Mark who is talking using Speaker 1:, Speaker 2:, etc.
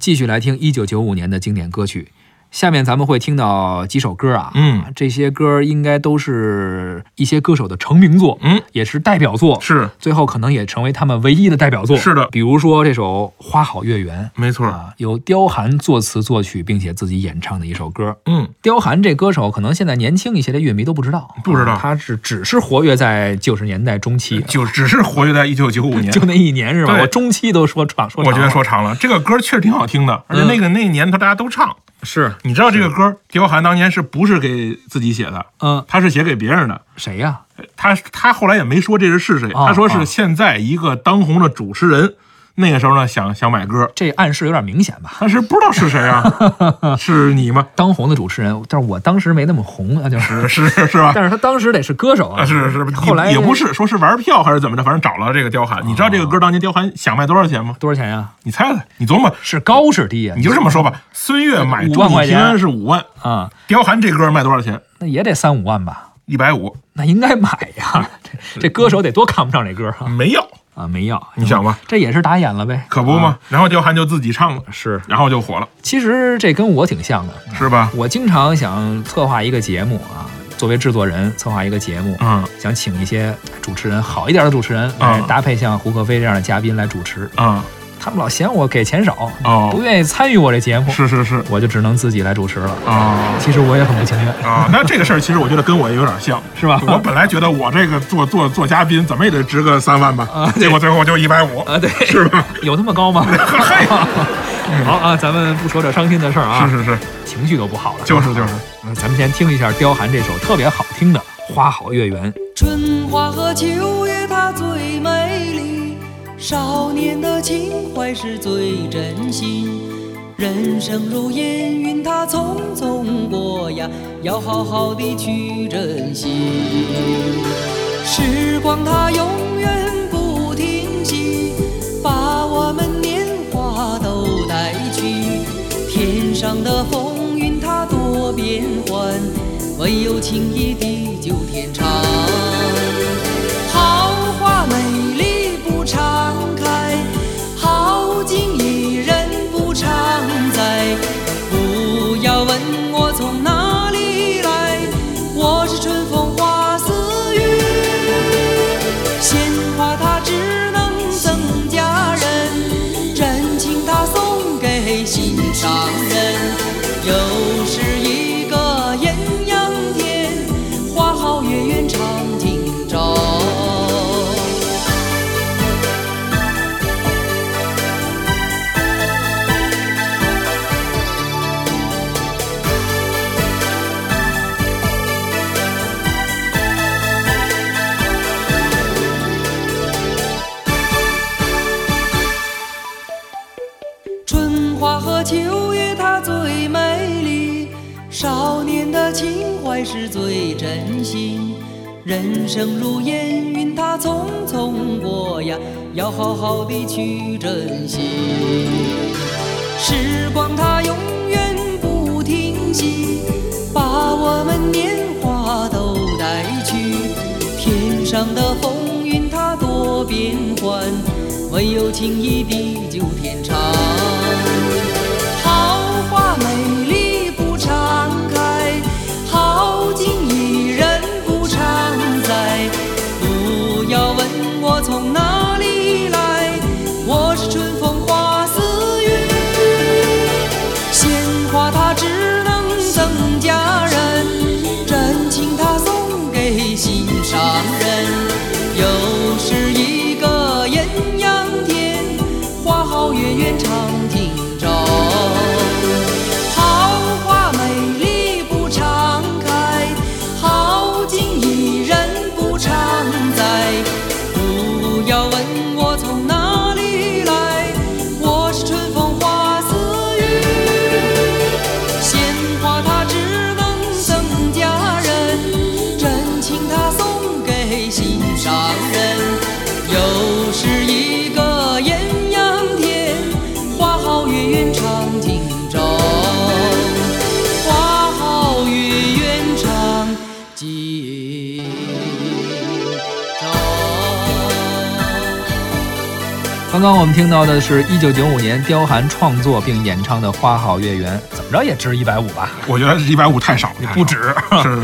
Speaker 1: 继续来听一九九五年的经典歌曲。下面咱们会听到几首歌啊，
Speaker 2: 嗯
Speaker 1: 这些歌应该都是一些歌手的成名作，
Speaker 2: 嗯，
Speaker 1: 也是代表作，
Speaker 2: 是
Speaker 1: 最后可能也成为他们唯一的代表作。
Speaker 2: 是的嗯
Speaker 1: 比如说这首《花好月圆
Speaker 2: 没》错儿，
Speaker 1: 啊，由刁寒作词作曲，并且自己演唱的一首歌。
Speaker 2: 嗯
Speaker 1: 刁寒这歌手，可能现在年轻一些的乐迷都不知道，
Speaker 2: 不知道
Speaker 1: 啊他是只是活跃在九十年代中期，
Speaker 2: 就只是活跃在一九九 五年
Speaker 1: 就。那一年是吧？
Speaker 2: 对
Speaker 1: 我中期都说长，说
Speaker 2: 我觉得
Speaker 1: 长
Speaker 2: 说长了，这个歌确实挺好听的，而且
Speaker 1: 嗯
Speaker 2: 那个那一年他大家都唱。
Speaker 1: 了是，
Speaker 2: 你知道这个歌，刁寒当年是不是给自己写的？
Speaker 1: 嗯，
Speaker 2: 他是写给别人的。
Speaker 1: 谁呀？
Speaker 2: 他他后来也没说这是是谁，
Speaker 1: 哦
Speaker 2: 他说是
Speaker 1: 哦
Speaker 2: 现在一个当红的主持人，那个时候呢想想买歌，
Speaker 1: 这暗示有点明显吧？
Speaker 2: 但是不知道是谁 啊，是你吗？
Speaker 1: 当红的主持人，但是我当时没那么红啊，就是，
Speaker 2: 是是是吧？
Speaker 1: 但是他当时得是歌手
Speaker 2: 啊，
Speaker 1: 啊，
Speaker 2: 是是，
Speaker 1: 后来
Speaker 2: 也也不是说是玩票还是怎么着，反正找了这个刁寒。你知道这个歌当年刁寒想卖多少钱吗？
Speaker 1: 多少钱呀？
Speaker 2: 你猜猜，你琢磨，
Speaker 1: 是高是低呀？
Speaker 2: 你就这么说吧。孙悦买
Speaker 1: 五
Speaker 2: 《祝
Speaker 1: 万
Speaker 2: 你
Speaker 1: 块
Speaker 2: 平
Speaker 1: 钱
Speaker 2: 安》是五万，
Speaker 1: 啊，
Speaker 2: 刁寒这歌卖多少钱？
Speaker 1: 那也得三五万吧？
Speaker 2: 一百五，
Speaker 1: 那应该买 呀，这这歌手得多看不上这歌啊
Speaker 2: 没要，
Speaker 1: 啊！没要，
Speaker 2: 嗯你想吧，
Speaker 1: 这也是打眼了呗？啊
Speaker 2: 可不嘛。然后刁寒就自己唱了，
Speaker 1: 是，
Speaker 2: 然后就火了，
Speaker 1: 其实这跟我挺像的，
Speaker 2: 是吧？
Speaker 1: 我经常想策划一个节目啊，作为制作人策划一个节目，
Speaker 2: 嗯
Speaker 1: 想请一些主持人好一点的主持人来搭配像胡可飞这样的嘉宾来主持。
Speaker 2: 啊，
Speaker 1: 他们老嫌我给钱少，不
Speaker 2: 哦，
Speaker 1: 愿意参与我这节目，
Speaker 2: 是是是，
Speaker 1: 我就只能自己来主持了。
Speaker 2: 啊
Speaker 1: 其实我也很不情愿，
Speaker 2: 啊，那这个事儿其实我觉得跟我也有点像。
Speaker 1: 是吧？
Speaker 2: 我本来觉得我这个做做做嘉宾怎么也得值个三万吧
Speaker 1: 啊，
Speaker 2: 结果最后就一百五，
Speaker 1: 啊，对，
Speaker 2: 是吧？
Speaker 1: 有那么高吗？
Speaker 2: 嘿
Speaker 1: 好啊，咱们不说这伤心的事儿啊，
Speaker 2: 是是是，
Speaker 1: 情绪都不好了。啊
Speaker 2: 就是就是。
Speaker 1: 那咱们先听一下刁寒这首特别好听的《花好月圆》。
Speaker 3: 春花和秋叶它最美丽，少年的情怀是最真心。人生如烟云，它匆匆过呀，要好好的去珍惜。时光它永远不停息，把我们年华都带去。天上的风云它多变幻，唯有情谊地久天长。好花美丽不常开，好景伊人不常在。不要问我从哪里来，我是春风化丝云。鲜花它只能赠佳人，真情它送给心上人。又是一个艳阳天，花好月圆常今朝。春花和秋叶它最美丽，少年的情怀是最真心。人生如烟云，它匆匆过呀，要好好的去珍惜。时光它永远不停息，把我们年华都带去。天上的风云它多变幻，唯有情谊地久天长。好花美丽不常开，好景伊人不常在。不要问我从哪里来，我是春风化丝云。鲜花它只能赠佳人，真情它送给心上人。又是一个艳阳天，花好月圆常今朝。好花美丽不常开，好景伊人不常在。不要问我从哪里来，我是春风化丝云。鲜花它只能赠佳人，真情它送给心上人。又是一个艳阳天，花好月圆常今朝，花好月圆常今朝。
Speaker 1: 好刚刚我们听到的是一九九五年刁寒创作并演唱的《花好月圆》，怎么着也值一百五吧？
Speaker 2: 我觉得一百五太少了，
Speaker 1: 不止
Speaker 2: 太少了。是是